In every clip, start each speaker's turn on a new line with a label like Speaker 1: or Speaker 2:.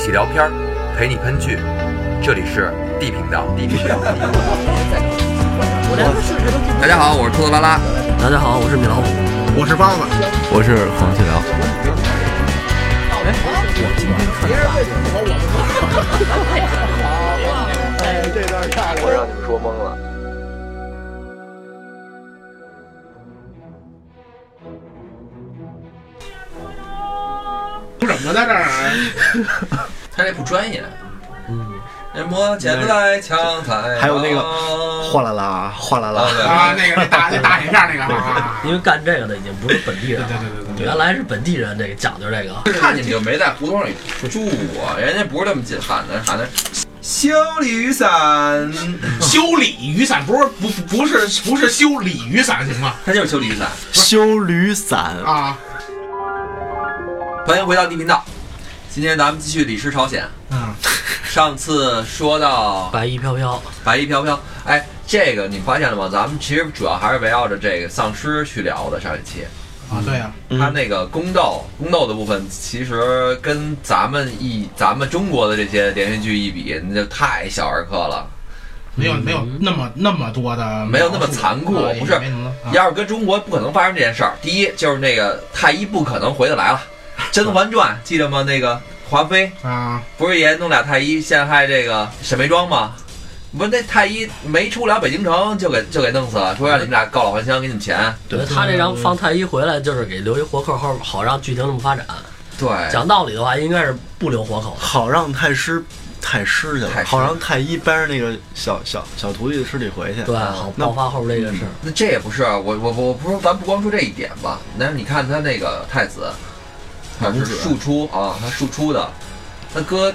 Speaker 1: 起聊片儿，陪你喷剧。这里是 D 频道，D 频道。大家好，我是兔子拉拉。
Speaker 2: 大家好，我是米老虎。
Speaker 3: 我是包子，
Speaker 4: 我是黄细辽。
Speaker 5: 我让你们说懵了。
Speaker 3: 怎么在这儿？
Speaker 1: 他这不专业。嗯。摸剑来抢菜，
Speaker 4: 还有那个哗啦啦，哗啦啦，
Speaker 3: 啊，那个那大那大铁片那个啊，
Speaker 2: 因为干这个的已经不是本地人了，
Speaker 3: 对对
Speaker 2: 原来是本地人，这个讲究这个。啊
Speaker 1: 看你们就没在胡同里住过，人家不是这么紧喊的，喊的修理雨伞。
Speaker 3: 修理雨伞不是不不是不是修理雨伞行吗？
Speaker 1: 他就是修理雨伞。
Speaker 4: 修雨伞。
Speaker 3: 啊，
Speaker 1: 欢迎回到地频道，今天咱们继续李氏朝鲜。
Speaker 3: 嗯，
Speaker 1: 上次说到
Speaker 2: 白衣飘飘，
Speaker 1: 白衣飘飘，哎，这个你发现了吗？咱们其实主要还是围绕着这个丧尸去聊的上一期。
Speaker 3: 啊对呀，
Speaker 1: 他那个宫斗，宫斗的部分其实跟咱们一咱们中国的这些连续剧一比，那就太小儿科了。
Speaker 3: 没有没有那么那么多的，
Speaker 1: 嗯没有那么残酷
Speaker 3: 啊也
Speaker 1: 不是
Speaker 3: 没那么多啊
Speaker 1: 要是跟中国不可能发生这件事儿，第一就是那个太医不可能回得来了，《甄嬛传》记得吗？那个华妃
Speaker 3: 啊，
Speaker 1: 不是也弄俩太医陷害这个沈眉庄吗？不是那太医没出不了北京城就给就给弄死了，说让你们俩告老还乡，给你们钱。
Speaker 2: 对他这张放太医回来，就是给留一活口，后好让剧情这么发展。
Speaker 1: 对，
Speaker 2: 讲道理的话，应该是不留活口。
Speaker 4: 好让太师太师去
Speaker 1: 太师
Speaker 4: 了，好让太医搬着那个小小小徒弟的尸体回去。
Speaker 2: 对，好爆发后边这个事儿。
Speaker 1: 那这也不是啊我我我不是，咱不光说这一点吧。但是你看他那个太子，他是
Speaker 4: 王子
Speaker 1: 庶出啊，他庶出的。那哥，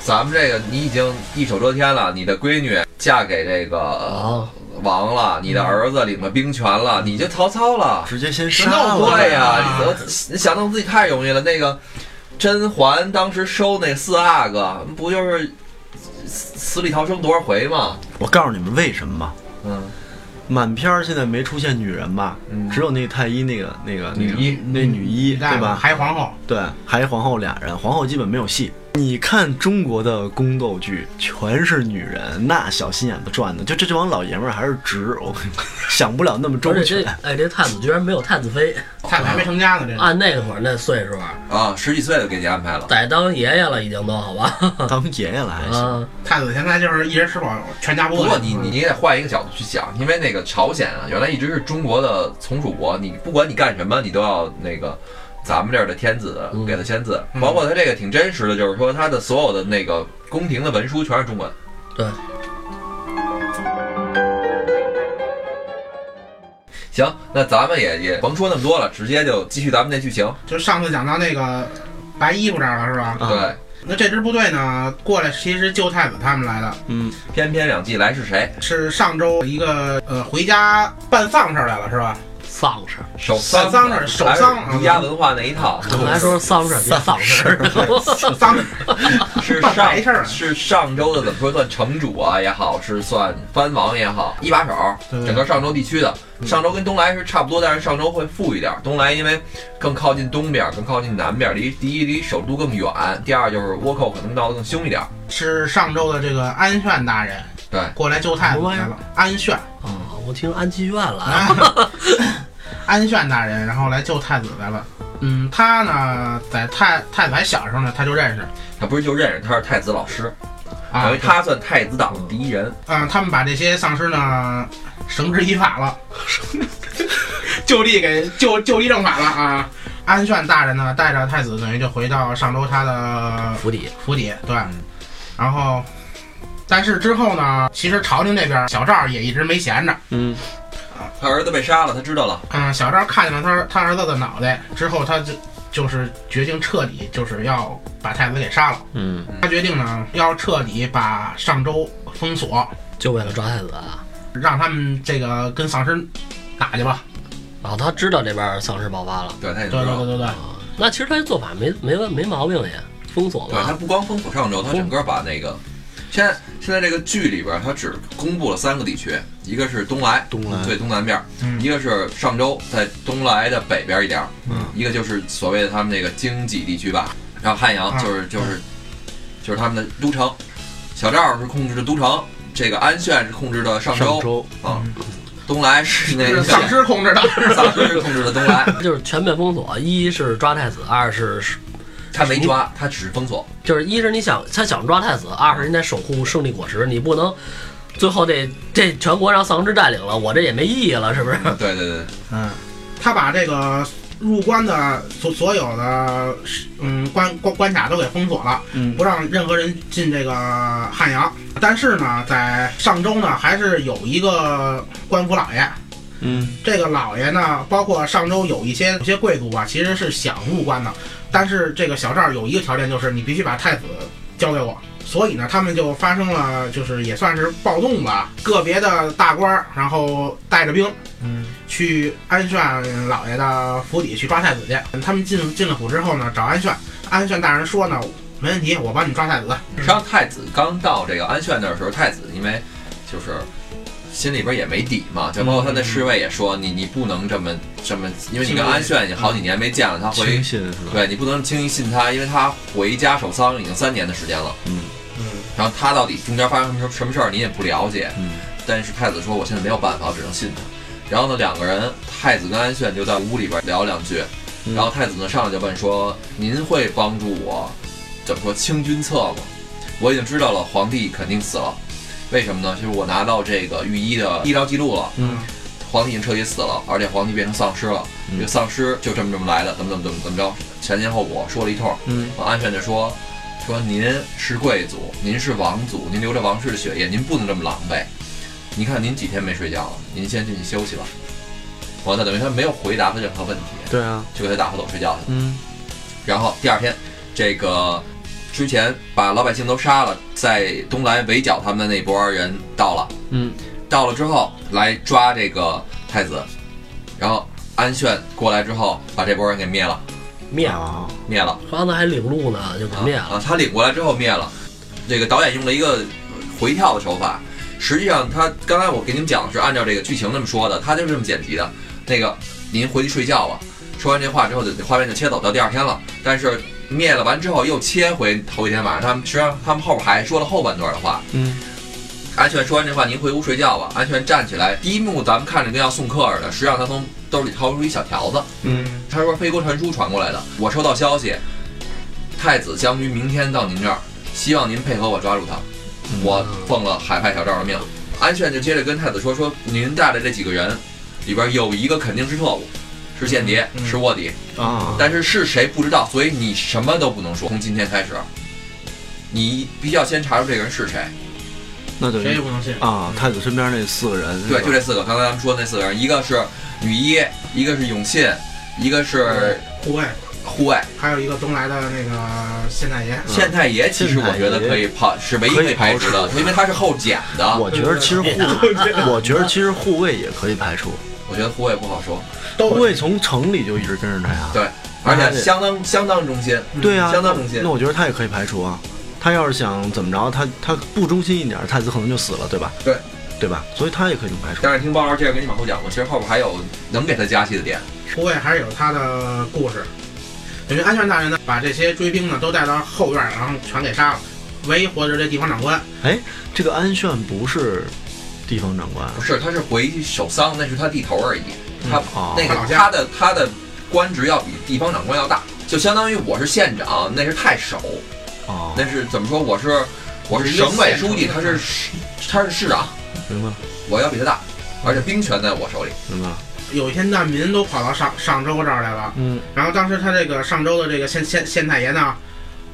Speaker 1: 咱们这个你已经一手遮天了，你的闺女嫁给这个
Speaker 2: 啊，
Speaker 1: 王了，你的儿子领了兵权了，你就曹操了。
Speaker 4: 直接先杀
Speaker 3: 闹过
Speaker 1: 对
Speaker 4: 了。
Speaker 1: 呀、
Speaker 3: 啊
Speaker 1: 你都你想弄自己太容易了。那个甄嬛当时收那四阿哥，不就是死死里逃生多少回吗？
Speaker 4: 我告诉你们为什么吧，
Speaker 1: 嗯，
Speaker 4: 满片儿现在没出现女人吧
Speaker 1: 嗯，
Speaker 4: 只有那太医那个那个那
Speaker 1: 女
Speaker 4: 个
Speaker 1: 医
Speaker 4: 那女医对吧？
Speaker 3: 还皇后，
Speaker 4: 对，还皇后俩人，皇后基本没有戏。你看中国的宫斗剧，全是女人，那小心眼子转的，就这这帮老爷们儿还是直，我跟你说想不了那么周
Speaker 2: 而且这
Speaker 4: 全。
Speaker 2: 哎，这太子居然没有太子妃，
Speaker 3: 太子还没成家呢，这
Speaker 2: 按那会儿那岁数，
Speaker 1: 啊，十几岁就给你安排了。
Speaker 2: 得当爷爷了，已经都好吧？
Speaker 4: 当爷爷了还哎行，
Speaker 2: 啊，
Speaker 3: 太子现在就是一人吃饱全家不
Speaker 1: 不
Speaker 3: 饿。嗯
Speaker 1: 过你你也得换一个角度去想，因为那个朝鲜啊，原来一直是中国的从属国，你不管你干什么，你都要那个咱们这儿的天子
Speaker 2: 嗯
Speaker 1: 给他签字，包括他这个挺真实的，就是说他的所有的那个宫廷的文书全是中文。
Speaker 2: 对。
Speaker 1: 行，那咱们也也甭说那么多了，直接就继续咱们那剧情。
Speaker 3: 就上次讲到那个白衣服这儿了是吧？
Speaker 4: 啊
Speaker 1: 对，
Speaker 3: 那这支部队呢过来其实救太子他们来的，
Speaker 4: 嗯，
Speaker 1: 偏偏两季来是谁？
Speaker 3: 是上周一个呃回家办丧事儿来了是吧？
Speaker 2: 丧事儿，
Speaker 1: 守丧
Speaker 3: 丧事守丧啊
Speaker 1: 还是儒家文化那一套，
Speaker 2: 刚才说是丧事儿，别丧事 儿。
Speaker 3: 丧事哎
Speaker 1: 是
Speaker 3: 办白事
Speaker 1: 上
Speaker 3: 儿了
Speaker 1: 是上周的怎么说算城主啊也好，是算藩王也好，一把手
Speaker 3: 对
Speaker 1: 整个上周地区的。上周跟东莱是差不多，但是上周会富裕点儿。东莱因为更靠近东边，更靠近南边，离第一离首都更远，第二就是倭寇可能闹得更凶一点儿。
Speaker 3: 是上周的这个安炫大人
Speaker 1: 对
Speaker 3: 过来救太子来了。安炫，
Speaker 2: 啊，我听安七院了。
Speaker 3: 啊 安炫大人，然后来救太子来了。嗯，他呢，在太太子还小时候呢，他就认识
Speaker 1: 他不是就认识他是太子老师，
Speaker 3: 啊
Speaker 1: 等于。他算太子党的第一人。
Speaker 3: 嗯、他们把这些丧尸呢绳之以 法了，就地给就就地正法了啊。安炫大人呢，带着太子等于就回到上周他的
Speaker 2: 府邸
Speaker 3: 府邸，对。
Speaker 1: 嗯
Speaker 3: 然后，但是之后呢，其实朝廷这边小赵也一直没闲着。
Speaker 4: 嗯，
Speaker 1: 他儿子被杀了，他知道了。
Speaker 3: 嗯，小赵看见了他他儿子的脑袋之后，他就就是决定彻底就是要把太子给杀了。
Speaker 4: 嗯，
Speaker 3: 他决定呢要彻底把上周封锁，
Speaker 2: 就为了抓太子啊！
Speaker 3: 让他们这个跟丧尸打去吧。
Speaker 2: 然后他知道这边丧尸爆发了，
Speaker 1: 对，他也
Speaker 3: 对
Speaker 1: 知道
Speaker 3: 对
Speaker 1: 了。
Speaker 3: 对对嗯对，
Speaker 2: 啊，那其实他这做法没没问没毛病也，封锁
Speaker 1: 对他
Speaker 2: 嘛，
Speaker 1: 不光封锁上周，他整个把那个现在现在这个剧里边，他只公布了三个地区，一个是东莱，
Speaker 4: 东莱
Speaker 1: 最东南边儿，
Speaker 3: 嗯
Speaker 1: 一个是上周在东莱的北边一点儿，一个就是所谓的他们那个经济地区吧，然后汉阳
Speaker 3: 啊
Speaker 1: 就是就是就是他们的都城。小赵是控制的都城，这个安炫是控制的上
Speaker 4: 上
Speaker 1: 州，
Speaker 4: 周嗯
Speaker 1: 啊，东来是那
Speaker 3: 是
Speaker 1: 个
Speaker 3: 丧尸控制的。
Speaker 1: 丧尸是控制的东来，
Speaker 2: 就是全面封锁，一是抓太子，二是
Speaker 1: 他没
Speaker 3: 嗯
Speaker 1: 抓，他只是封锁。
Speaker 2: 就是一是你想他想抓太子，二是你得守护胜利果实，你不能最后这这全国让丧尸占领了，我这也没意义了，是不是？
Speaker 1: 对对对，
Speaker 3: 嗯，他把这个入关的所所有的嗯关关关卡都给封锁了，
Speaker 4: 嗯
Speaker 3: 不让任何人进这个汉阳。但是呢，在上周呢，还是有一个官府老爷。
Speaker 4: 嗯
Speaker 3: 这个老爷呢，包括上周有一些有些贵族啊，其实是想入关的，但是这个小赵有一个条件，就是你必须把太子交给我。所以呢，他们就发生了，就是也算是暴动吧。个别的大官儿，然后带着兵
Speaker 4: 嗯
Speaker 3: 去安炫老爷的府邸去抓太子去。他们进进了府之后呢，找安炫，安炫大人说呢，没问题，我帮你抓太子。
Speaker 1: 实际上太子刚到这个安炫那儿的时候，太子因为就是心里边也没底嘛，就包括他
Speaker 3: 嗯
Speaker 1: 的侍卫也说，你你不能这么这么，因为你跟安炫也
Speaker 3: 嗯
Speaker 1: 好几年没见了，他回
Speaker 4: 清新是吧？
Speaker 1: 对你不能轻易信他，因为他回家守丧已经三年的时间了。
Speaker 4: 嗯
Speaker 3: 嗯，
Speaker 1: 然后他到底中间发生什么什么事儿你也不了解。
Speaker 4: 嗯，
Speaker 1: 但是太子说我现在没有办法，我只能信他。然后呢，两个人，太子跟安炫就在屋里边聊两句，
Speaker 4: 嗯
Speaker 1: 然后太子呢上来就问说：“您会帮助我，怎么说清君侧吗？我已经知道了，皇帝肯定死了。为什么呢？就是我拿到这个御医的医疗记录了，
Speaker 4: 嗯，
Speaker 1: 皇帝已经彻底死了，而且皇帝变成丧尸了。
Speaker 4: 嗯
Speaker 1: 这个丧尸就这么这么来的，怎么怎么怎么怎么着，前因后果说了一通。
Speaker 4: 嗯
Speaker 1: 我安全的说，说您是贵族，您是王族，您流着王室的血液，您不能这么狼狈。您看您几天没睡觉了，您先进去休息吧。完了，等于他没有回答他任何问题，
Speaker 4: 对啊，
Speaker 1: 就给他打发走睡觉去了。
Speaker 4: 嗯
Speaker 1: 然后第二天，这个之前把老百姓都杀了，在东来围剿他们的那波人到了，
Speaker 4: 嗯，
Speaker 1: 到了之后来抓这个太子，然后安炫过来之后把这波人给灭了，
Speaker 2: 灭了，
Speaker 4: 啊，
Speaker 1: 灭了，
Speaker 2: 刚才还领路呢，就给灭了。
Speaker 1: 啊！他领过来之后灭了，这个导演用了一个回跳的手法。实际上，他刚才我给你们讲的是按照这个剧情这么说的，他就是这么剪辑的。那个您回去睡觉吧。说完这话之后，就画面就切走到第二天了。但是灭了完之后，又切回头一天晚上。他们实际上他们后边还说了后半段的话。
Speaker 4: 嗯
Speaker 1: 安全说完这话，您回屋睡觉吧。安全站起来，第一幕咱们看着跟要送客似的，实际上他从兜里掏出一小条子，
Speaker 4: 嗯
Speaker 1: 他说飞鸽传书传过来的，我收到消息，太子将于明天到您这儿，希望您配合我抓住他。我奉了海派小赵的命，安炫就接着跟太子说说，您带的这几个人里边有一个肯定是特务，是间谍，
Speaker 3: 嗯
Speaker 1: 是卧底，
Speaker 4: 啊，
Speaker 1: 但是是谁不知道，所以你什么都不能说。从今天开始，你必须要先查出这个人是谁。
Speaker 4: 那等
Speaker 3: 谁也
Speaker 4: 于
Speaker 3: 不能信。
Speaker 4: 啊，太子身边那四个人，
Speaker 1: 对，就
Speaker 4: 这，
Speaker 1: 这四个，刚才咱们说的那四个人，一个是女医，一个是永信，一个是
Speaker 3: 护卫，
Speaker 1: 护卫。
Speaker 3: 还有一个东来的那个县太爷，
Speaker 1: 县太爷其实我觉得可以排，是唯一嗯可以排除的，因为他是后剪的。
Speaker 4: 我觉得其实护，我觉得其实护卫也可以排除，
Speaker 1: 我觉得护卫不好说，
Speaker 3: 都
Speaker 4: 护卫从城里就一直跟着他呀，
Speaker 1: 对，而且相当相当忠心。
Speaker 4: 对呀、啊，
Speaker 1: 嗯相当忠心
Speaker 4: 那我觉得他也可以排除啊，他要是想怎么着，他他不忠心一点，太子可能就死了，对吧？
Speaker 1: 对，
Speaker 4: 对吧？所以他也可以这么排除。
Speaker 1: 但是听包儿这样跟你往后讲吧，其实后边还有能给他加戏的点。
Speaker 3: 护卫还是有他的故事。等于安全大人呢，把这些追兵呢都带到后院，然后全给杀了。唯一活着这地方长官，
Speaker 4: 这个安炫不是地方长官，
Speaker 1: 不是，他是回去守丧，那是他地头而已。他
Speaker 4: 哦
Speaker 1: 那个
Speaker 3: 他老家
Speaker 1: 他的他的官职要比地方长官要大，就相当于我是县长，那是太守，
Speaker 4: 哦，
Speaker 1: 那是怎么说？我是我是
Speaker 3: 一个
Speaker 1: 省委
Speaker 3: 县
Speaker 1: 书记，
Speaker 3: 城
Speaker 1: 他是他是市长，
Speaker 4: 明白了，
Speaker 1: 我要比他大，而且兵权在我手里。
Speaker 4: 明白了。
Speaker 3: 有一些难民都跑到上上州这儿来了。
Speaker 4: 嗯，
Speaker 3: 然后当时他这个上州的这个县县县太爷呢，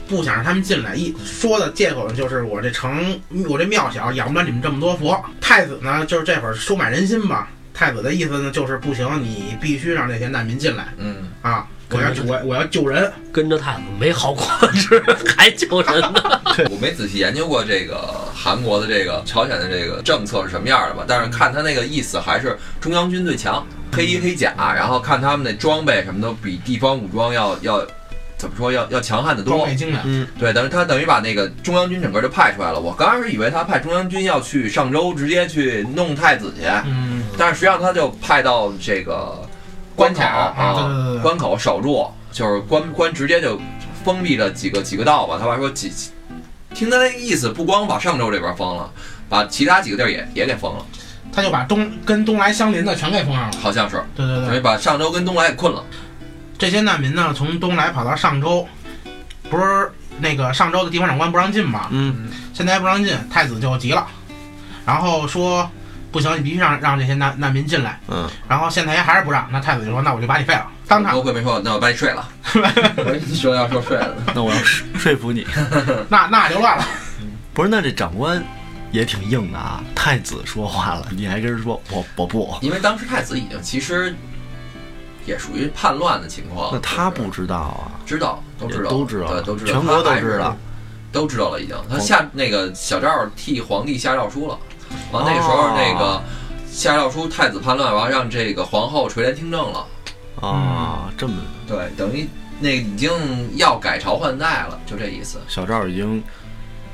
Speaker 3: 不想让他们进来，一说的借口呢就是我这城我这庙小养不了你们这么多佛。太子呢，就是这会儿收买人心吧。太子的意思呢，就是不行，你必须让这些难民进来
Speaker 1: 嗯，
Speaker 3: 啊！我要我我要救人。
Speaker 2: 跟着太子没好果子， 还救人呢。
Speaker 1: 我没仔细研究过这个韩国的这个朝鲜的这个政策是什么样的吧，但是看他那个意思还是中央军最强，黑
Speaker 3: 嗯
Speaker 1: 衣黑甲，然后看他们那装备什么都比地方武装要要怎么说要要强悍得
Speaker 3: 装
Speaker 1: 多
Speaker 3: 备。精良，
Speaker 1: 对，等于他等于把那个中央军整个就派出来了。我刚开始以为他派中央军要去上州直接去弄太子去，
Speaker 3: 嗯，
Speaker 1: 但是实际上他就派到这个关口
Speaker 3: 关卡啊对对
Speaker 1: 啊
Speaker 3: 对，
Speaker 1: 关口守住，就是关关直接就封闭了几个几个道吧。他爸说几听他那个意思，不光把上周这边封了，把其他几个地儿也也给封了，
Speaker 3: 他就把东跟东来相邻的全给封上了。
Speaker 1: 好像是
Speaker 3: 对对
Speaker 1: 等于
Speaker 3: 对，
Speaker 1: 把上周跟东来给困了。
Speaker 3: 这些难民呢，从东来跑到上州，不是那个上州的地方长官不让进嘛，
Speaker 4: 嗯，
Speaker 3: 现在不让进，太子就急了，然后说不行，你必须让让这些难难民进来。
Speaker 4: 嗯，
Speaker 3: 然后县太爷还是不让，那太子就说那我就把你废了，当场
Speaker 1: 郭贵没说，那我把你睡 了。我一说要说睡了，
Speaker 4: 那我要说说服你，
Speaker 3: 那那就乱了。
Speaker 4: 不是？那这长官也挺硬的啊，太子说话了，你还跟人说我我不，
Speaker 1: 因为当时太子已经其实也属于叛乱的情况。
Speaker 4: 那他
Speaker 1: 就是
Speaker 4: 不知道啊，
Speaker 1: 知道，都知道，
Speaker 4: 都知道
Speaker 1: 对，都知道，
Speaker 4: 全国都
Speaker 1: 他还是
Speaker 4: 知道，
Speaker 1: 都知道了，已经。他
Speaker 4: 哦
Speaker 1: 下那个小赵替皇帝下诏书了，完那个时候
Speaker 4: 哦
Speaker 1: 那个下诏书太子叛乱，完让这个皇后垂帘听政了，
Speaker 4: 啊，这么
Speaker 1: 对，等于那已经要改朝换代了，就这意思。
Speaker 4: 小赵已经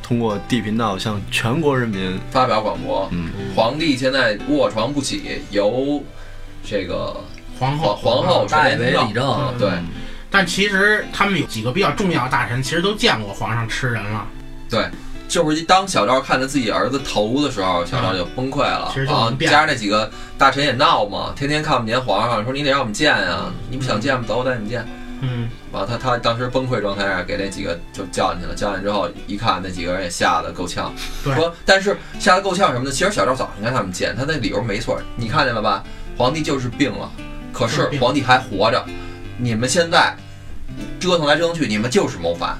Speaker 4: 通过 D 频道向全国人民，
Speaker 1: 发表广播，
Speaker 4: 嗯，
Speaker 1: 皇帝现在卧床不起，由这个
Speaker 3: 皇
Speaker 1: 皇
Speaker 3: 后，
Speaker 1: 皇后垂
Speaker 2: 大以
Speaker 1: 帘
Speaker 2: 为
Speaker 1: 听
Speaker 2: 李
Speaker 1: 政，嗯
Speaker 2: 正，
Speaker 1: 对
Speaker 3: 但其实他们有几个比较重要的大臣，其实都见过皇上吃人了。
Speaker 1: 就是当小赵看着自己儿子头的时候，小赵就崩溃了
Speaker 3: 其实。就
Speaker 1: 啊
Speaker 3: 能，变
Speaker 1: 加上那几个大臣也闹嘛，天天看不见皇上，说你得让我们见啊，你不想见吗？走，我带你们见。
Speaker 3: 嗯，
Speaker 1: 完，他他当时崩溃状态下给那几个就叫进去了，叫进去之后一看，那几个人也吓得够呛。
Speaker 3: 对
Speaker 1: 说但是吓得够呛什么的，其实小赵早应该他们见，他那理由没错，你看见了吧？皇帝就是病了，可
Speaker 3: 就是是病
Speaker 1: 皇帝还活着，你们现在折腾来折腾去，你们就是谋反。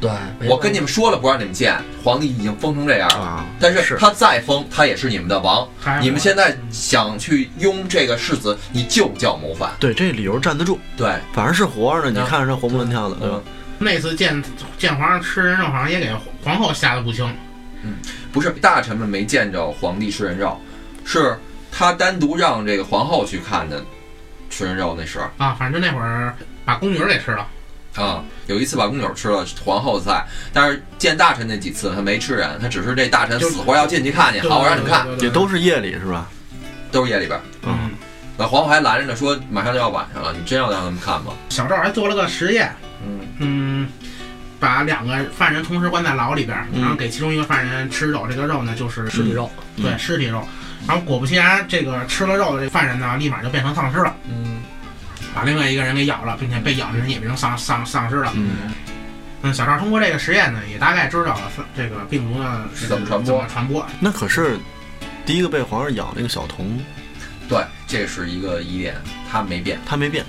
Speaker 2: 对，
Speaker 1: 我跟你们说了不让你们见，皇帝已经疯成这样了。
Speaker 4: 啊，
Speaker 1: 但是
Speaker 4: 是
Speaker 1: 他再疯，他也是你们的王。
Speaker 3: 还有
Speaker 1: 你们现在想去拥这个世子，你就叫谋反。
Speaker 4: 对这理由站得住，
Speaker 1: 对，
Speaker 4: 反正是活着呢，
Speaker 1: 啊
Speaker 4: 你看着这活蹦乱跳的，对吧？
Speaker 3: 那次见见皇上吃人肉，好像也给皇后吓得不轻。
Speaker 1: 不是大臣们没见着皇帝吃人肉，是他单独让这个皇后去看的吃人肉那时候
Speaker 3: 啊，反正就那会儿把宫女儿给吃了。
Speaker 1: 啊、有一次把宫女吃了，皇后在，但是见大臣那几次他没吃人，他只是这大臣
Speaker 3: 就
Speaker 1: 死活要进去看去，
Speaker 3: 对
Speaker 1: 好，我让你们看，，
Speaker 3: 对
Speaker 4: 也
Speaker 3: 对对对
Speaker 4: 都是夜里是吧？
Speaker 1: 都是夜里边。
Speaker 3: 嗯。
Speaker 1: 那皇后还拦着呢，说马上就要晚上了，你真要让他们看吗？
Speaker 3: 小赵还做了个实验，
Speaker 1: 嗯，
Speaker 3: 嗯，把两个犯人同时关在牢里边儿，
Speaker 4: 嗯
Speaker 3: 然后给其中一个犯人吃肉，这个肉呢就是
Speaker 2: 吃你肉，
Speaker 4: 嗯
Speaker 3: 对尸体肉。然后果不其然，这个吃了肉的这犯人呢，立马就变成丧尸了，
Speaker 1: 嗯，
Speaker 3: 把另外一个人给咬了，并且被咬的人也变成丧丧丧尸了。
Speaker 4: 嗯，
Speaker 3: 嗯，小赵通过这个实验呢，也大概知道了这个病毒呢
Speaker 1: 是怎么传播
Speaker 3: 怎么传播。
Speaker 4: 那可是第一个被皇上咬那个小童，
Speaker 1: 对，这是一个疑点，他没变。
Speaker 4: 他没变，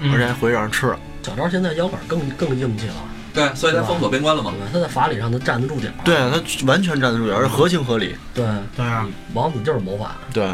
Speaker 3: 嗯
Speaker 4: 而且还回去让人吃了。
Speaker 2: 小昭现在腰杆更更硬气了，
Speaker 1: 对，所以他封锁边关了嘛
Speaker 2: 对。吧？他在法理上他站得住脚，
Speaker 4: 对他完全站得住脚，而且合情合理。
Speaker 2: 对，
Speaker 3: 对啊，
Speaker 2: 王子就是谋反，
Speaker 4: 对，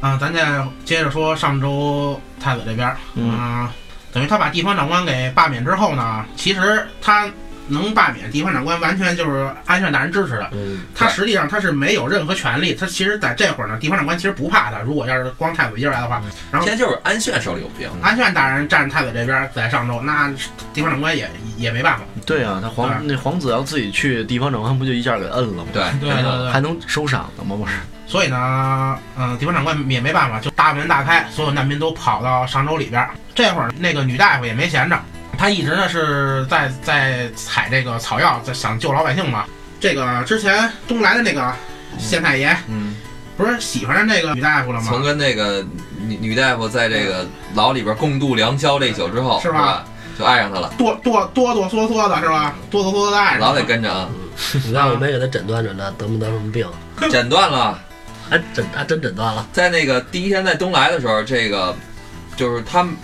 Speaker 3: 啊，咱再接着说上周太子这边儿，
Speaker 4: 嗯
Speaker 3: 啊等于他把地方长官给罢免之后呢，其实他能罢免地方长官，完全就是安炫大人支持的。
Speaker 2: 嗯，
Speaker 3: 他实际上他是没有任何权利，他其实在这会儿呢，地方长官其实不怕他。如果要是光太子一人来的话，
Speaker 1: 现在就是安炫手里有兵，
Speaker 3: 安炫大人站太子这边儿，在上周，那地方长官也也没办法。
Speaker 4: 对啊，他皇那皇子要自己去地方长 官，不就一下给摁了吗？
Speaker 1: 对，真的
Speaker 4: 还能收赏的吗？不是，
Speaker 3: 所以呢，嗯、地方长官也没办法，就大门大开，所有难民都跑到商州里边儿。这会儿那个女大夫也没闲着，她一直呢是在在采这个草药，在想救老百姓嘛。这个之前东来的那个县太爷
Speaker 1: 嗯。
Speaker 3: 不是喜欢上那个女大夫了
Speaker 1: 曾
Speaker 3: 吗？
Speaker 1: 跟那个女女大夫在这个牢里边共度良宵这酒之后，
Speaker 3: 是吧
Speaker 1: 吧？就爱上他了，
Speaker 3: 哆哆哆哆嗦嗦的是吧？哆哆嗦嗦的爱
Speaker 1: 老得
Speaker 3: 着。
Speaker 1: 跟着啊。
Speaker 2: 你看我没给他诊断诊断得没得什么病，
Speaker 1: 诊断了，
Speaker 2: 还诊还真诊断了，
Speaker 1: 在那个第一天在东来的时候，这个就是他们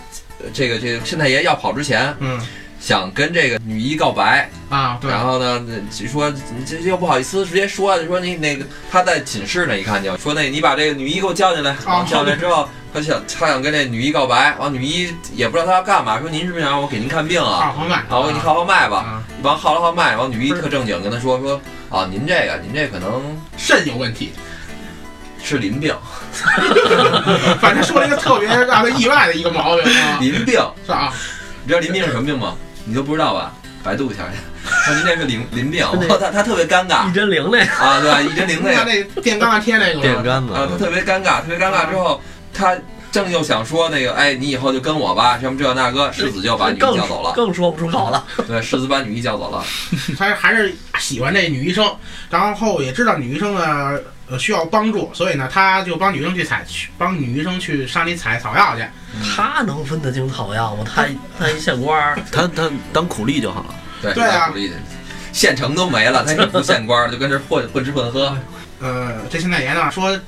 Speaker 1: 这个这个县太爷要跑之前，
Speaker 3: 嗯
Speaker 1: 想跟这个女医告白，
Speaker 3: 啊，对，
Speaker 1: 然后呢说这又不好意思直接说，就说你那个他在寝室呢，一看就说那你把这个女医给我叫进来，
Speaker 3: 哦
Speaker 1: 叫进来之后。他想，他想跟这女医告白，然后女医也不知道他要干嘛，说您是不是想让我给您看病啊？
Speaker 3: 二黄麦。
Speaker 1: 啊，我给你号号脉吧。
Speaker 3: 啊，
Speaker 1: 完号了号脉，然后女医特正经跟他说说啊，您这个您这可能
Speaker 3: 肾有问题，
Speaker 1: 是淋病，
Speaker 3: 啊反正说了一个特别让他意外的一个毛病啊，
Speaker 1: 淋 病，
Speaker 3: 是啊，
Speaker 1: 你知道淋病是什么病吗？你都不知道吧？百度一下去。说您这是淋淋病，
Speaker 2: 那
Speaker 1: 他他特别尴尬
Speaker 2: 一针灵那
Speaker 1: 啊，对吧？一针灵那
Speaker 3: 那
Speaker 1: 个，啊
Speaker 3: 那电钢上贴那个
Speaker 4: 电杆子
Speaker 1: 啊，他特别尴尬，特别尴尬之后，他正又想说那个，哎，你以后就跟我吧，什么这那个，世子就把女医
Speaker 2: 更
Speaker 1: 叫走了。
Speaker 2: 更说不出口了。
Speaker 1: 对，世子把女医叫走了。
Speaker 3: 他还是喜欢这女医生，然后也知道女医生呢呃需要帮助，所以呢，他就帮女医生去采，去帮女医生去山里采草药去。嗯
Speaker 2: 他能分得清草药吗？他他一县官儿，
Speaker 4: 他他当苦力就好了。
Speaker 1: 对，
Speaker 3: 对啊
Speaker 1: 鼓励的。县城都没了，他也不县官了，就跟这混混吃混喝。
Speaker 3: 呃，这现代言呢说，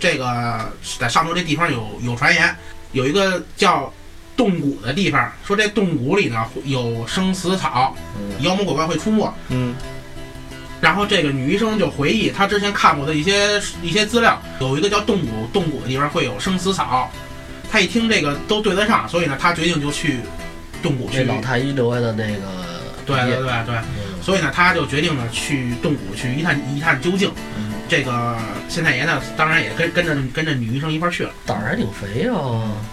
Speaker 3: 这个在上周这地方有有传言，有一个叫洞谷的地方，说这洞谷里呢有生死草，妖魔鬼怪会出没。
Speaker 4: 嗯，
Speaker 3: 然后这个女医生就回忆，她之前看过的一些一些资料，有一个叫洞谷洞谷的地方会有生死草，她一听这个都对得上，所以呢，她决定就去洞谷去
Speaker 2: 那。老太医留下的那个
Speaker 3: 对对对对，
Speaker 2: 嗯
Speaker 3: 所以呢，她就决定呢去洞谷去一探一探究竟。这个县太爷呢，当然也跟跟着跟着女医生一块儿去了。
Speaker 2: 胆儿还挺肥啊。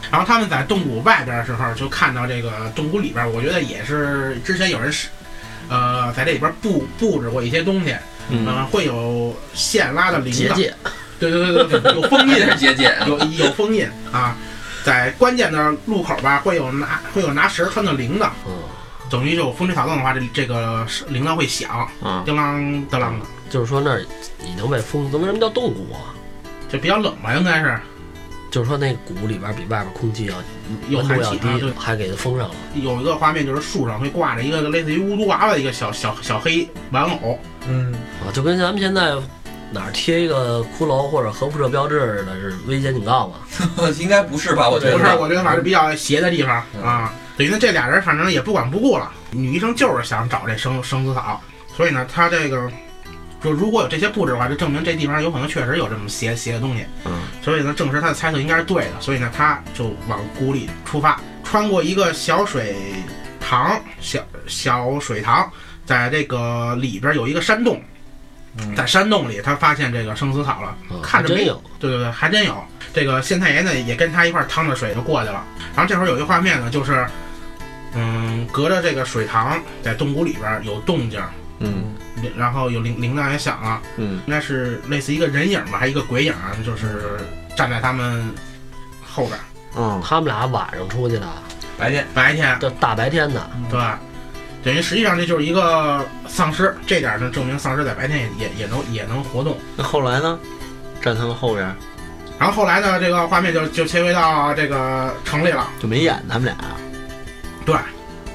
Speaker 3: 然后他们在洞谷外边的时候，就看到这个洞谷里边，我觉得也是之前有人是，呃，在这里边布布置过一些东西，嗯、
Speaker 4: 嗯，
Speaker 3: 会有线拉的铃
Speaker 2: 结
Speaker 3: 铛，
Speaker 2: 界
Speaker 3: 对对对对对，有封印
Speaker 1: 也，是接近，
Speaker 3: 有有封印啊，在关键的路口吧，会有拿会有拿绳儿穿的铃铛，
Speaker 2: 嗯，
Speaker 3: 等于有风吹草动的话，这这个铃铛会响，
Speaker 4: 啊，
Speaker 3: 叮啷叮啷的，
Speaker 2: 就是说那儿已经被封，那为什么叫洞谷
Speaker 3: 啊
Speaker 2: 啊？
Speaker 3: 就比较冷吧，应该是
Speaker 2: 就是说那谷里边比外边空气要
Speaker 3: 有
Speaker 2: 温度
Speaker 3: 寒
Speaker 2: 要
Speaker 3: 气啊，
Speaker 2: 低
Speaker 3: 对，，
Speaker 2: 还给它封上了。
Speaker 3: 有一个画面就是树上会挂着一个类似于乌毒娃娃的一个小小小黑玩偶，
Speaker 1: 嗯，
Speaker 2: 啊，就跟咱们现在哪儿贴一个骷髅或者核辐射标志似的，是危险警告嘛？
Speaker 1: 应该不是吧？我觉得
Speaker 3: 不是，我觉得反正比较邪的地方
Speaker 1: 嗯
Speaker 3: 啊。等于呢，这俩人反正也不管不顾了。女医生就是想找这生生死草，所以呢，她这个就如果有这些布置的话，就证明这地方有可能确实有这么邪邪的东西。
Speaker 4: 嗯，
Speaker 3: 所以呢，证实她的猜测应该是对的。所以呢，她就往谷里出发，穿过一个小水塘，小小水塘，在这个里边有一个山洞。
Speaker 1: 嗯
Speaker 3: 在山洞里，她发现这个生死草了，
Speaker 2: 啊，
Speaker 3: 看着
Speaker 2: 还真
Speaker 3: 没
Speaker 2: 有，
Speaker 3: 对对对，还真有。这个县太爷呢也跟他一块儿趟着水就过去了。然后这会儿有一画面呢，就是，嗯，隔着这个水塘，在洞谷里边儿有动静，
Speaker 4: 嗯
Speaker 3: 然后有铃铃铛也响了，
Speaker 4: 嗯，
Speaker 3: 应该是类似一个人影吧，还一个鬼影，啊就是站在他们后边儿。
Speaker 4: 嗯，
Speaker 2: 他们俩晚上出去的，
Speaker 1: 白天
Speaker 3: 白天，
Speaker 2: 这大白天的，
Speaker 3: 对吧？等于实际上这就是一个丧尸，这点儿呢证明丧尸在白天也也也能也能活动。
Speaker 4: 那后来呢？站他们后边儿
Speaker 3: 然后后来呢，这个画面就就切回到这个城里了。
Speaker 4: 就没演他们俩，
Speaker 3: 对，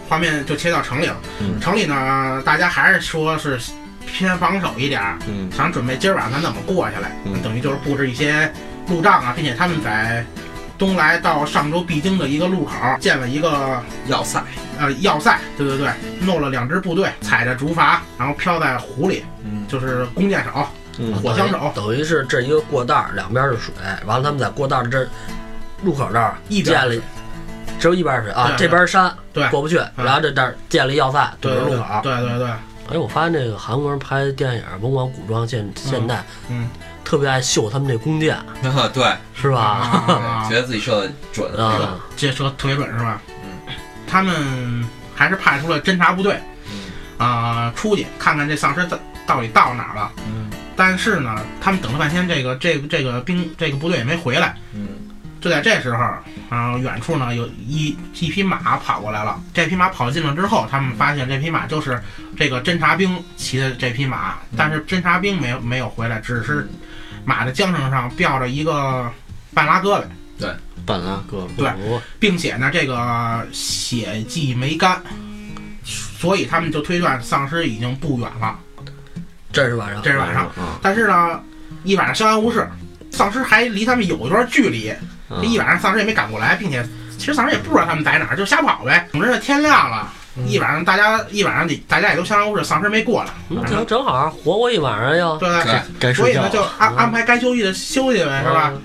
Speaker 3: 画面就切到城里了。
Speaker 4: 嗯
Speaker 3: 城里呢，大家还是说是偏防守一点儿，
Speaker 4: 嗯
Speaker 3: 想准备今儿晚上咱怎么过下来，
Speaker 4: 嗯
Speaker 3: 等于就是布置一些路障啊，并且他们在东来到上州必经的一个路口建了一个
Speaker 1: 要塞，
Speaker 3: 呃要塞，对对对，弄了两支部队踩着竹筏，然后漂在湖里，
Speaker 1: 嗯，
Speaker 3: 就是弓箭手，
Speaker 4: 嗯
Speaker 3: 火枪手
Speaker 2: 等于等于是这一个过道儿，两边是水，完了他们在过道儿这儿路口这儿
Speaker 3: 一边
Speaker 2: 建了，只有一边儿水啊，
Speaker 3: 对
Speaker 2: 这边儿山
Speaker 3: 对嗯
Speaker 2: 过不去，然后这这儿建了一要塞
Speaker 3: 对
Speaker 2: 堵着
Speaker 3: 对对
Speaker 2: 路口儿。
Speaker 3: 对对对，
Speaker 2: 哎，我发现这个韩国人拍电影，甭管古装现现代，
Speaker 3: 嗯，
Speaker 2: 特别爱秀他们这弓箭，
Speaker 1: 对，
Speaker 2: 是吧？
Speaker 3: 啊
Speaker 1: 觉得自己射的
Speaker 3: 嗯
Speaker 1: 准，
Speaker 2: 啊，
Speaker 3: 这车特别准是吧？嗯，他们还是派出了侦察部队，啊、出去看看这丧尸到到底到哪儿了。
Speaker 1: 嗯
Speaker 3: 但是呢，他们等了半天，这个这个这个兵这个部队也没回来。
Speaker 1: 嗯
Speaker 3: 就在这时候，啊、远处呢有一一匹马跑过来了。这匹马跑近了之后，他们发现这匹马就是这个侦察兵骑的这匹马，但是侦察兵没有没有回来，只是马的缰绳上吊着一个半拉胳膊。
Speaker 4: 板了哥，
Speaker 3: 对
Speaker 2: 哦
Speaker 3: 并且呢，这个血迹没干，所以他们就推断丧尸已经不远了。
Speaker 2: 这是晚上
Speaker 3: 这是晚上，
Speaker 4: 啊，
Speaker 3: 但是呢，一晚上相安无事，丧尸还离他们有一段距离。
Speaker 4: 嗯
Speaker 3: 这一晚上丧尸也没赶过来，并且其实丧尸也不知道他们在哪儿，就瞎跑呗。总之呢，天亮了，一晚上大家一晚上得大家也都相安无事，丧尸没过来，
Speaker 2: 嗯正正好活过一晚上又，
Speaker 3: 对吧？
Speaker 1: 对
Speaker 4: 嗯该
Speaker 3: 所
Speaker 4: 睡
Speaker 3: 以
Speaker 4: 觉
Speaker 3: 呢，
Speaker 4: 了，嗯
Speaker 3: 就安安排该休息的休息呗，是吧？
Speaker 2: 嗯？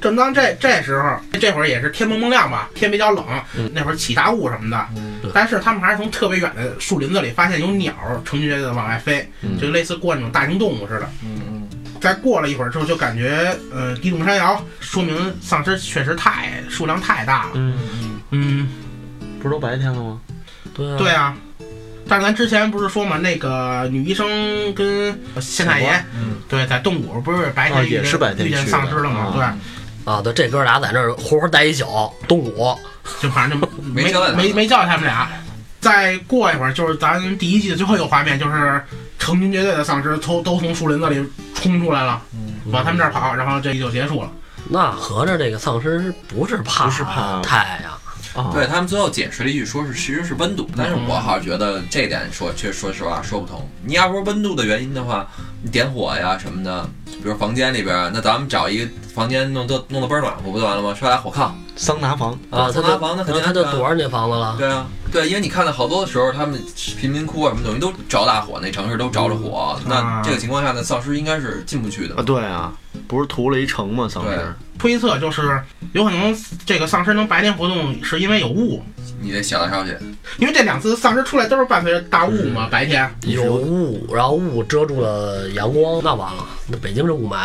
Speaker 3: 正当这这时候，这会儿也是天蒙蒙亮吧，天比较冷，
Speaker 4: 嗯
Speaker 3: 那会儿起大雾什么的。
Speaker 2: 对
Speaker 3: 但是他们还是从特别远的树林子里发现有鸟成群结队的往外飞，
Speaker 4: 嗯
Speaker 3: 就类似过那种大型动物似的。
Speaker 1: 嗯
Speaker 3: 再过了一会儿之后，就感觉呃地动山摇，说明丧尸确实太数量太大了。
Speaker 4: 嗯，
Speaker 1: 嗯
Speaker 3: 嗯，
Speaker 4: 不是都白天了吗？
Speaker 2: 对啊
Speaker 3: 对啊。但是咱之前不是说嘛，那个女医生跟县太爷
Speaker 1: 嗯
Speaker 3: 对在洞谷不是白
Speaker 4: 啊
Speaker 3: 天遇见、
Speaker 4: 也是白天
Speaker 3: 遇见
Speaker 4: 去的
Speaker 3: 丧尸了吗？
Speaker 4: 啊
Speaker 3: 对。
Speaker 2: 啊，对，这哥俩在那儿活活待一宿，东谷
Speaker 3: 就反正就没
Speaker 1: 没交代他们
Speaker 3: 没没叫他们俩。再过一会儿，就是咱第一季的最后一个画面，就是成群结队的丧尸都都从树林子里冲出来了，往他们这儿跑，然后这就结束了。
Speaker 2: 那合着这个丧尸不是怕
Speaker 4: 不是怕
Speaker 2: 太阳，
Speaker 4: 啊，
Speaker 1: 对他们最后解释了一句，说是其实是温度，但是我好像觉得这点说，确实说实话说不通。你要说温度的原因的话，你点火呀什么的，比如房间里边，那咱们找一个房间弄得弄得倍儿暖和，不就完了吗？刷俩火炕
Speaker 4: 桑拿房
Speaker 2: 啊，他
Speaker 1: 桑
Speaker 2: 就
Speaker 1: 拿房那肯定
Speaker 2: 他就
Speaker 1: 啊
Speaker 2: 躲着那房子了。
Speaker 1: 对啊，对，因为你看到好多时候，他们贫民窟啊什么东西都着大火，那城市都着了火。那这个情况下呢，丧尸应该是进不去的
Speaker 4: 啊，。对啊，不是屠了一城吗？丧尸
Speaker 3: 推测就是有可能这个丧尸能白天活动，是因为有雾，
Speaker 1: 你得小道消息，
Speaker 3: 因为这两次丧尸出来都是伴随着大雾嘛，白天。
Speaker 1: 嗯
Speaker 2: 有雾，然后雾遮住了阳光，那完了，那北京是雾霾。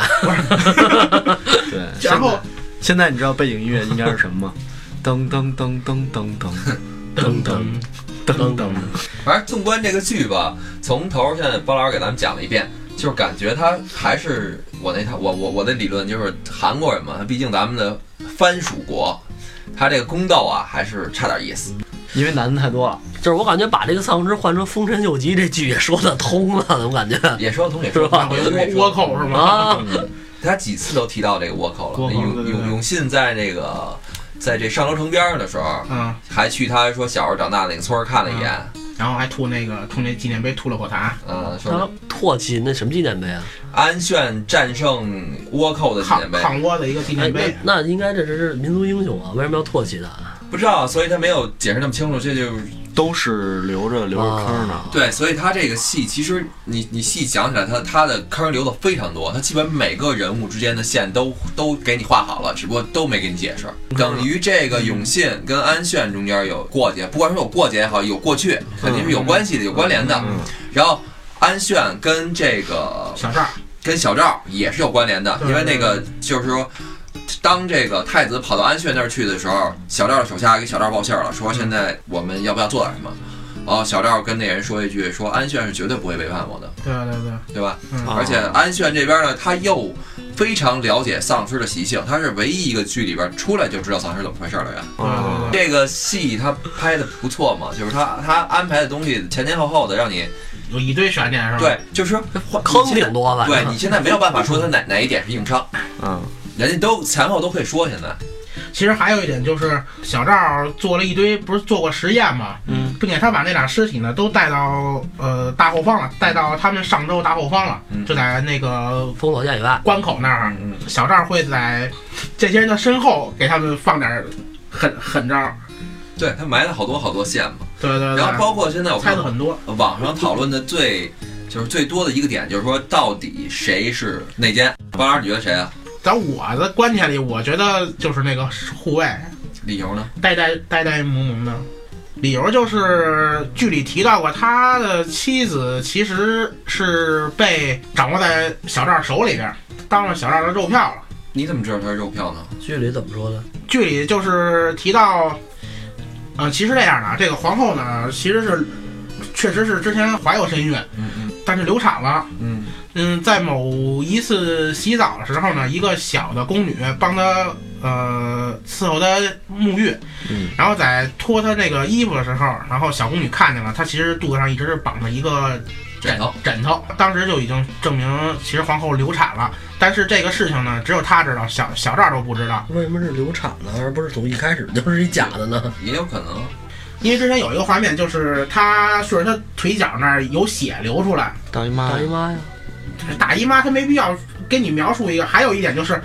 Speaker 4: 对，
Speaker 3: 然后
Speaker 4: 现在你知道背景音乐应该是什么吗？ 噔噔噔噔噔噔
Speaker 3: 噔噔噔噔，
Speaker 1: 反正纵观这个剧吧，从头现在包老师给咱们讲了一遍，就是感觉他还是我那套我我我的理论就是韩国人嘛，他毕竟咱们的藩属国，他这个宫斗啊还是差点意思。
Speaker 4: 因为男的太多了，
Speaker 2: 就是我感觉把这个丧尸换成《封神秀吉》这剧也说得通了，我感觉
Speaker 1: 也说得通，也说得
Speaker 2: 嗯是吧
Speaker 1: 通也说得
Speaker 3: 倭
Speaker 1: 通
Speaker 3: 倭寇是吗？
Speaker 2: 啊，
Speaker 1: 他几次都提到这个倭寇
Speaker 4: 倭寇
Speaker 1: 了。永
Speaker 4: 对对
Speaker 1: 永
Speaker 4: 对
Speaker 1: 永信在这个在这上流城边上的时候，
Speaker 3: 嗯，
Speaker 1: 还去他说小时候长大那个村儿看了一眼，
Speaker 3: 然后还吐那个冲那纪念碑吐了口痰，
Speaker 1: 嗯，
Speaker 2: 他
Speaker 1: 说
Speaker 2: 唾弃那什么纪念碑啊？
Speaker 1: 安炫战胜倭寇的纪
Speaker 3: 抗
Speaker 1: 念碑，
Speaker 3: 抗倭的一个纪
Speaker 2: 哎
Speaker 3: 念，碑。啊
Speaker 2: 那那应该这是民族英雄啊，为什么要唾弃他？
Speaker 1: 不知道，所以他没有解释那么清楚，这就是
Speaker 4: 都是留着留着坑呢。
Speaker 1: 对，所以他这个戏其实你你细想起来，他他的坑留的非常多，他基本每个人物之间的线都都给你画好了，只不过都没给你解释。等于这个永信跟安炫中间有过节，不管是有过节也好，有过去肯定是有关系的，有关联的。然后安炫跟这个
Speaker 3: 小赵，
Speaker 1: 跟小赵也是有关联的，
Speaker 3: 对
Speaker 1: 因为那个
Speaker 3: 对
Speaker 1: 就是说，当这个太子跑到安炫那儿去的时候，小赵的手下给小赵报信儿了，
Speaker 3: 嗯
Speaker 1: 说现在我们要不要做点什么？然后小赵跟那人说一句，说安炫是绝对不会背叛我的，
Speaker 3: 对对对，
Speaker 1: 对吧？
Speaker 3: 嗯
Speaker 4: 啊
Speaker 1: 而且安炫这边呢，他又非常了解丧尸的习性，他是唯一一个剧里边出来就知道丧尸怎么回事儿的人。
Speaker 3: 对对对。
Speaker 1: 这个戏他拍的不错嘛，就是他他安排的东西前前后后的让你
Speaker 3: 有一堆悬念是吧？
Speaker 1: 对，就是说
Speaker 2: 坑挺多吧？
Speaker 1: 对你现在没有办法说他哪哪一点是硬伤。
Speaker 4: 嗯，
Speaker 1: 人家都前后都可以说，现在
Speaker 3: 其实还有一点就是，小赵做了一堆，不是做过实验嘛，
Speaker 4: 嗯，
Speaker 3: 并且他把那俩尸体呢都带到呃大后方了，带到他们上周大后方了，
Speaker 1: 嗯
Speaker 3: 就在那个
Speaker 2: 封锁线以外，
Speaker 3: 关口那儿，小赵会在这些人的身后给他们放点儿狠狠招儿，
Speaker 1: 对他埋了好多好多线嘛。
Speaker 3: 对对
Speaker 1: 然后
Speaker 3: 对，
Speaker 1: 包括现在我
Speaker 3: 猜
Speaker 1: 看
Speaker 3: 的很多，
Speaker 1: 网上讨论的最就是最多的一个点，就是说到底谁是内奸？八老师你觉得谁啊？
Speaker 3: 在我的观点里，我觉得就是那个护卫
Speaker 1: 理由呢？
Speaker 3: 呆呆呆呆萌萌的。理由就是剧里提到过，他的妻子其实是被掌握在小赵手里边儿，当了小赵的肉票了。
Speaker 1: 你怎么知道他是肉票呢？
Speaker 2: 剧里怎么说的？
Speaker 3: 剧里就是提到，呃，其实这样的啊，这个皇后呢，其实是确实是之前怀有身孕，
Speaker 1: 嗯嗯
Speaker 3: 但是流产了。
Speaker 1: 嗯
Speaker 3: 嗯，在某一次洗澡的时候呢，一个小的宫女帮她呃伺候她沐浴，
Speaker 4: 嗯
Speaker 3: 然后在脱她那个衣服的时候，然后小宫女看见了，她其实肚子上一直是绑着一个
Speaker 1: 枕头
Speaker 3: 枕头，当时就已经证明其实皇后流产了，但是这个事情呢，只有她知道，小小赵都不知道，
Speaker 2: 为什么是流产呢？而不是从一开始就是一假的呢？
Speaker 1: 也有可能。
Speaker 3: 因为之前有一个画面就是她顺着她腿脚那儿有血流出来，
Speaker 4: 大姨妈
Speaker 2: 大姨妈呀，
Speaker 3: 大姨妈她没必要跟你描述一个。还有一点就是，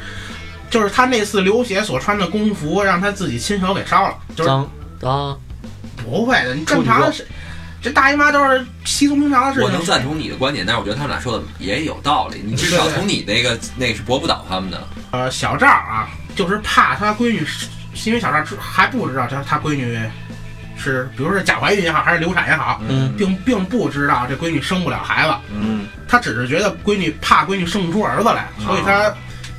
Speaker 3: 就是她那次流血所穿的工服，让她自己亲手给烧了，就是
Speaker 4: 脏，
Speaker 2: 啊，
Speaker 3: 不会的。你正常的是，这大姨妈都是稀松平常的事
Speaker 1: 我能
Speaker 3: 情。
Speaker 1: 赞同你的观点，但是我觉得他们俩说的也有道理。你至少
Speaker 3: 对对
Speaker 1: 从你那个那个是驳不倒他们的。
Speaker 3: 呃，小赵啊，就是怕她闺女是，因为小赵知还不知道她她闺女是，比如是假怀孕也好，还是流产也好，
Speaker 4: 嗯
Speaker 3: 并并不知道这闺女生不了孩子。
Speaker 4: 嗯，
Speaker 3: 他只是觉得闺女怕闺女生不出儿子来，所以他
Speaker 1: 啊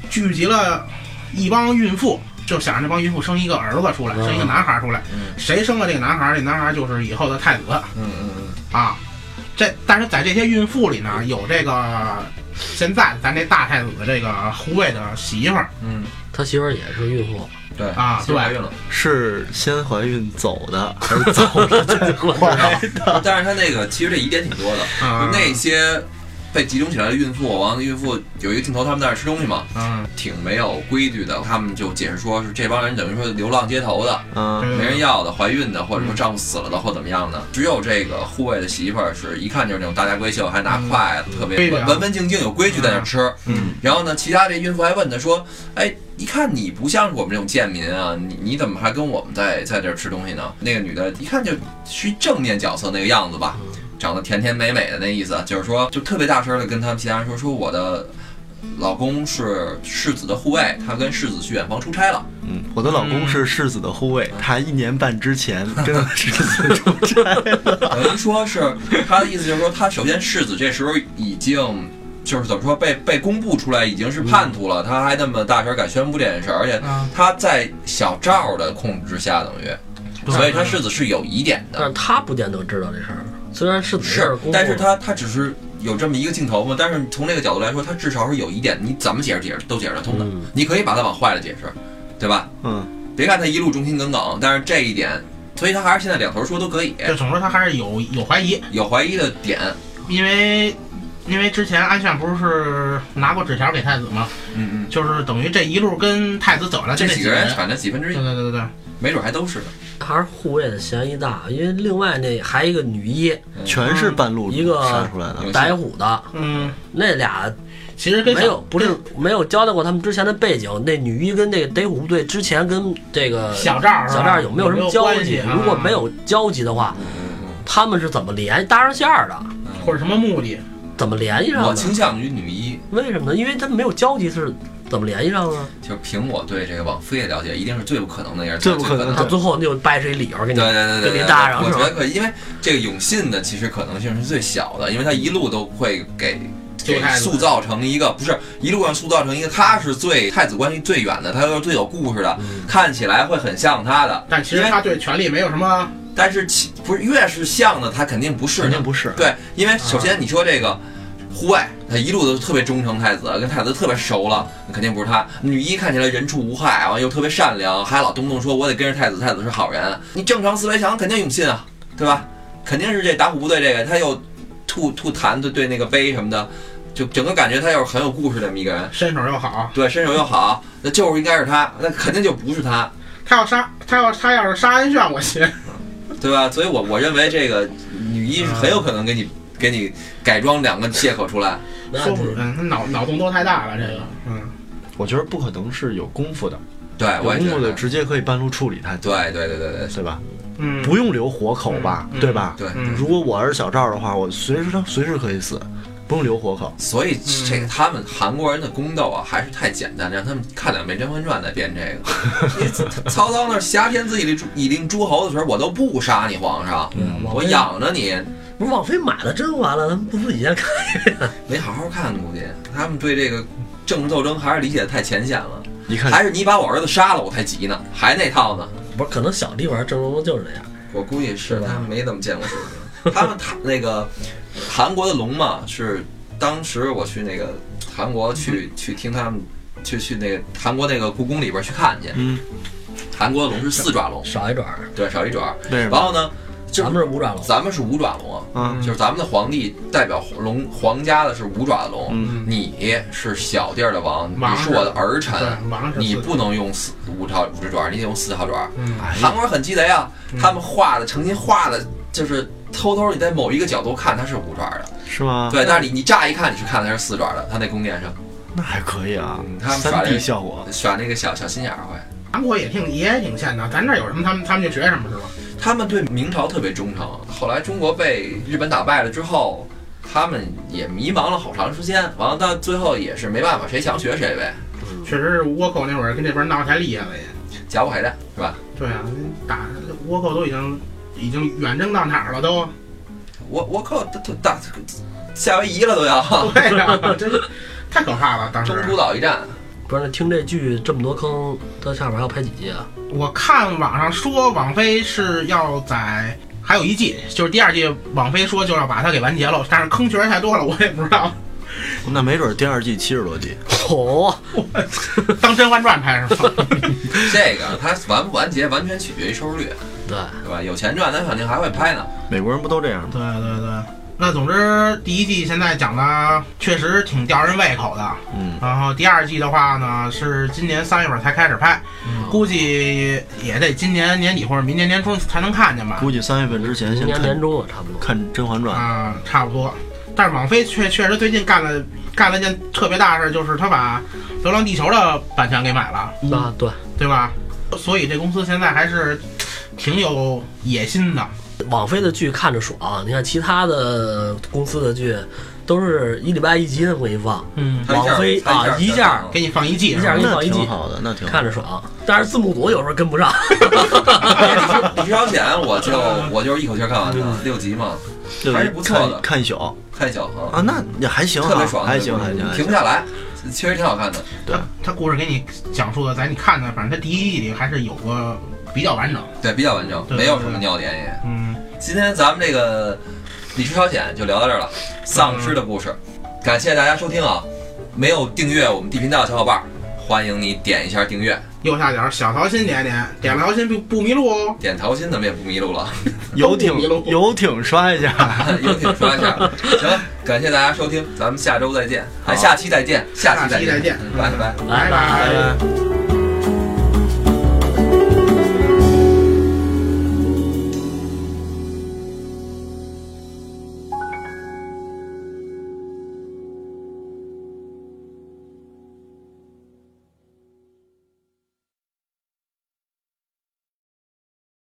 Speaker 3: 聚集了一帮孕妇，就想让这帮孕妇生一个儿子出
Speaker 1: 啊
Speaker 3: 来，
Speaker 2: 嗯
Speaker 3: 生一个男孩出来。
Speaker 1: 嗯
Speaker 3: 谁生了这个男孩，这男孩就是以后的太子
Speaker 1: 嗯嗯嗯，
Speaker 3: 啊。这但是在这些孕妇里呢，有这个现在咱这大太子的这个护卫的媳妇儿
Speaker 1: 嗯，
Speaker 2: 他媳妇儿也是 孕妇，
Speaker 1: 对
Speaker 3: 啊
Speaker 1: 媳妇
Speaker 3: 对
Speaker 1: 怀孕 了，
Speaker 4: 是先怀孕走的，还是走了再怀的？
Speaker 1: 但是他那个其实这疑点挺多的，
Speaker 3: 啊，
Speaker 1: 那些被集中起来的孕妇，完了孕妇有一个镜头，他们在那儿吃东西嘛，
Speaker 3: 嗯，
Speaker 1: 挺没有规矩的。他们就解释说是这帮人等于说流浪街头的，
Speaker 4: 嗯，
Speaker 3: 嗯
Speaker 1: 没人要的，怀孕的，或者说丈夫死了的，或怎么样的。只有这个护卫的媳妇儿是一看就是那种大家闺秀，还拿筷子，特别
Speaker 3: 对的
Speaker 1: 文文文静静，有规矩在那儿吃。
Speaker 4: 嗯，
Speaker 1: 然后呢，其他这孕妇还问他说：“哎，一看你不像是我们这种贱民啊，你你怎么还跟我们在在这儿吃东西呢？”那个女的一看就是正面角色那个样子吧，长得甜甜美美的那意思，啊就是说就特别大声的跟他们其他人说说我的老公是世子的护卫，他跟世子去远方出差了。
Speaker 4: 嗯，我的老公是世子的护卫，他一年半之前跟世子出差了。
Speaker 1: 等于说是他的意思就是说，他首先世子这时候已经就是怎么说被被公布出来已经是叛徒了，他还那么大声敢宣布这件事，而且
Speaker 3: 啊
Speaker 1: 他在小赵的控制之下，等于，
Speaker 3: 对
Speaker 1: 所以他世子是有疑点
Speaker 2: 但
Speaker 1: 的，
Speaker 2: 是他不见得知道这事儿。虽然是
Speaker 1: 是
Speaker 2: 是，公
Speaker 1: 但是
Speaker 2: 布了
Speaker 1: 他他只是有这么一个镜头嘛，但是从那个角度来说，他至少是有疑点，你怎么解释解释都解释得通的
Speaker 2: 嗯，
Speaker 1: 你可以把它往坏了解释，对吧？
Speaker 4: 嗯，
Speaker 1: 别看他一路忠心耿耿，但是这一点，所以他还是现在两头说都可以，
Speaker 3: 这总之他还是有有怀疑，
Speaker 1: 有怀疑的点，
Speaker 3: 因为因为之前安炫不是拿过纸条给太子吗？
Speaker 1: 嗯嗯。
Speaker 3: 就是等于这一路跟太子走了，就
Speaker 1: 啊这
Speaker 3: 这
Speaker 1: 几个人嗯反正几分之
Speaker 3: 对
Speaker 1: 一，
Speaker 3: 对对对对，
Speaker 1: 没准还都是。
Speaker 2: 还是护卫的嫌疑大，因为另外那还一个女医，
Speaker 4: 全是半路
Speaker 2: 一个
Speaker 4: 杀出来的。
Speaker 2: 白虎的
Speaker 3: 嗯，
Speaker 2: 那俩
Speaker 3: 其实跟小
Speaker 2: 没有不是没有交代过他们之前的背景。那女医跟那个逮捕部队之前跟这个
Speaker 3: 小赵是吧
Speaker 2: 小赵有没有什么交
Speaker 3: 有没有关
Speaker 2: 集？
Speaker 3: 系啊
Speaker 2: 如果没有交集的话，
Speaker 1: 嗯
Speaker 2: 他们是怎么联搭上线儿的？
Speaker 3: 或者什么目的，
Speaker 2: 怎么联系
Speaker 1: 我
Speaker 2: 上的？
Speaker 1: 倾向于女一，
Speaker 2: 为什么呢？因为他们没有交集，是怎么联系上啊的？
Speaker 1: 就是凭我对这个网飞的了解，一定是最不可能的，也是
Speaker 4: 最
Speaker 1: 不
Speaker 4: 不可能的
Speaker 2: 到最后就掰出一理由给
Speaker 1: 对
Speaker 2: 你
Speaker 1: 对对对
Speaker 2: 给
Speaker 1: 对，
Speaker 2: 你搭上
Speaker 1: 我
Speaker 2: 是
Speaker 1: 觉
Speaker 2: 吧
Speaker 1: 得？可以，因为这个永信的其实可能性是最小的，因为他一路都会给
Speaker 3: 就
Speaker 1: 给
Speaker 3: 太子
Speaker 1: 塑造成一个不是一路上塑造成一个他是最太子关系最远的，他又是最有故事的，看起来会很像他的，
Speaker 3: 但其实他对权力没有什么，
Speaker 1: 但是其不是越是像的他肯定不是
Speaker 4: 肯
Speaker 1: 呢
Speaker 4: 定不是，
Speaker 1: 对，因为首先你说这个护卫，他一路都特别忠诚太子，跟太子特别熟了，那肯定不是他。女一看起来人畜无害啊，又特别善良，还老动不动说我得跟着太子，太子是好人。你正常思维想，肯定永信啊，对吧？肯定是这打虎部队这个，他又吐吐痰，对对那个杯什么的，就整个感觉他又是很有故事的这么一个人。
Speaker 3: 身手又好，
Speaker 1: 对，身手又好，那就是应该是他，那肯定就不是他，
Speaker 3: 他要杀他要他要是杀安炫，我信，
Speaker 1: 对吧？所以我我认为这个女一是很有可能给你给你改装两个借口出来。
Speaker 2: 那
Speaker 3: 说不准他脑脑洞都太大了，这个，嗯，
Speaker 4: 我觉得不可能是有功夫的，
Speaker 1: 对，
Speaker 4: 有
Speaker 1: 哎我也
Speaker 4: 功
Speaker 1: 觉
Speaker 4: 夫
Speaker 1: 得
Speaker 4: 的。直接可以半路处理他，
Speaker 1: 对对对对对
Speaker 4: 对吧？
Speaker 3: 嗯，
Speaker 4: 不用留活口吧，
Speaker 3: 嗯
Speaker 4: 对吧？
Speaker 1: 对，
Speaker 3: 嗯
Speaker 4: 如果我是小赵的话，我随时随时可以死，不用留活口。
Speaker 1: 所以这个他们韩国人的宫斗啊，还是太简单，让他们看两遍《甄嬛传》再编这 个。你曹操那儿挟天子以令诸以令诸侯的时候，我都不杀你皇上，
Speaker 4: 嗯
Speaker 1: 我养着你，
Speaker 2: 不是网飞买了真完了，他们不自己先看。
Speaker 1: 没好好看，估计他们对这个政治斗争还是理解的太浅显了。
Speaker 4: 一看
Speaker 1: 还是你把我儿子杀了，我才急呢，还那套呢。
Speaker 2: 不是，可能小地方郑容就是这样。
Speaker 1: 我估计是
Speaker 2: 是吧
Speaker 1: 他们没怎么见过世面。他们他那个韩国的龙嘛，是当时我去那个韩国去去听他们去去那个韩国那个故宫里边去看去。
Speaker 4: 嗯，
Speaker 1: 韩国的龙是四爪龙，
Speaker 2: 少一爪儿，
Speaker 1: 对，少一爪。
Speaker 4: 为什
Speaker 1: 然
Speaker 4: 么？
Speaker 1: 后呢，就
Speaker 2: 咱
Speaker 1: 是
Speaker 2: 们是五爪龙，
Speaker 1: 咱们是五爪龙啊，
Speaker 4: 啊，
Speaker 1: 就是咱们的皇帝代表龙皇家的是五爪的龙，
Speaker 4: 嗯
Speaker 1: 你是小弟儿的王，
Speaker 3: 王
Speaker 1: 你是我的儿臣，
Speaker 3: 对，王是
Speaker 1: 你
Speaker 3: 四
Speaker 1: 不哎能用四五条五只爪，你得用四条爪。
Speaker 3: 嗯
Speaker 1: 韩国人很鸡贼啊，他们画的诚心画的，就是偷偷你在某一个角度看它是五爪的，
Speaker 4: 是吗？
Speaker 1: 对，但是你你乍一看你是看它是四爪的，它那宫殿上
Speaker 4: 那还可以啊
Speaker 1: 嗯，他们耍
Speaker 4: 三 D
Speaker 1: 人
Speaker 4: 效果。
Speaker 1: 耍那个小小心眼儿会。
Speaker 3: 韩国也挺也挺欠的，咱这有什么他们他们就学什么是吧？
Speaker 1: 他们对明朝特别忠诚，后来中国被日本打败了之后，他们也迷茫了好长时间，完了到最后也是没办法，谁强学谁呗，
Speaker 3: 确实是倭寇那会儿跟这边闹太厉害了也，
Speaker 1: 甲午海战是吧？
Speaker 3: 对啊，打倭寇都已经已经远征到哪儿了都，
Speaker 1: 我我靠，这这大夏威夷了都要，
Speaker 3: 对呀、啊，真是太可怕了 当时
Speaker 1: 中。途岛一战，
Speaker 2: 不是，那听这剧这么多坑，它下边还要拍几季 啊？
Speaker 3: 我看网上说网飞是要在 还有一季，就是第二季，网飞说就要把它给完结了，但是坑确实太多了，我也不知道
Speaker 4: 那没准第二季七十多集，
Speaker 2: 哦，
Speaker 3: 当《甄嬛传》拍是吗？
Speaker 1: 这个它完不完结完全取决于收视率，
Speaker 2: 对，
Speaker 1: 对吧？有钱赚，咱肯定还会拍呢。
Speaker 4: 美国人不都这样吗？
Speaker 3: 对对对。那总之，第一季现在讲的确实挺吊人胃口的，
Speaker 4: 嗯，
Speaker 3: 然后第二季的话呢，是今年三月份才开始拍，估计也得今年年底或者明年年初才能看见吧。
Speaker 4: 估计三月份之前
Speaker 2: 明
Speaker 4: 先
Speaker 2: 年年
Speaker 4: 看
Speaker 2: 中了，差不多。
Speaker 4: 看《甄嬛传》
Speaker 3: 啊、差不多。但是网飞确确实最近干了干了一件特别大的事，就是他把《流浪地球》的版权给买了，
Speaker 2: 啊，对，
Speaker 3: 对吧？所以这公司现在还是挺有野心的。
Speaker 2: 网飞的剧看着爽，你看其他的公司的剧都是一礼拜一集那么给你放，
Speaker 3: 嗯，
Speaker 1: 它一下
Speaker 2: 网飞
Speaker 1: 它
Speaker 2: 啊一下
Speaker 3: 给你放一季
Speaker 2: 一下
Speaker 3: 是吧
Speaker 2: 给你
Speaker 4: 那
Speaker 2: 放一
Speaker 4: 挺
Speaker 2: 季，
Speaker 4: 好的，那挺好
Speaker 2: 看
Speaker 4: 的。
Speaker 2: 着爽。但是字幕组有时候跟不上，
Speaker 1: 李朝鲜，我就我就是一口气儿看完的，六集嘛，
Speaker 4: 对
Speaker 1: 还是不错的
Speaker 4: 看看一宿啊，
Speaker 1: 太小了，
Speaker 4: 那也还行啊，
Speaker 1: 特别爽，
Speaker 4: 还行还行，还
Speaker 1: 停不
Speaker 4: 行
Speaker 1: 下来，确实挺好看的。
Speaker 4: 对
Speaker 3: 他他故事给你讲述的，咱你看的，反正他第一季里还是有个比较完整。
Speaker 1: 对，比较完整，
Speaker 3: 对
Speaker 1: 没有什么尿点也。
Speaker 3: 嗯，
Speaker 1: 今天咱们这个李氏朝鲜就聊到这儿了，丧尸的故事，
Speaker 4: 嗯
Speaker 1: 感谢大家收听啊！没有订阅我们地频道的小伙伴儿，欢迎你点一下订阅，
Speaker 3: 右下角小桃心点点，点了桃心不不迷路哦。
Speaker 1: 点桃心怎么也不迷路了，
Speaker 4: 游艇
Speaker 3: 迷路
Speaker 4: 游艇刷一下，
Speaker 1: 有请刷 一下。行，感谢大家收听，咱们下周再见，哎，
Speaker 4: 好
Speaker 1: 下期再见，下期
Speaker 3: 下期再
Speaker 1: 见
Speaker 3: 见，
Speaker 1: 嗯拜拜。
Speaker 3: 拜拜
Speaker 2: 拜
Speaker 4: 拜拜。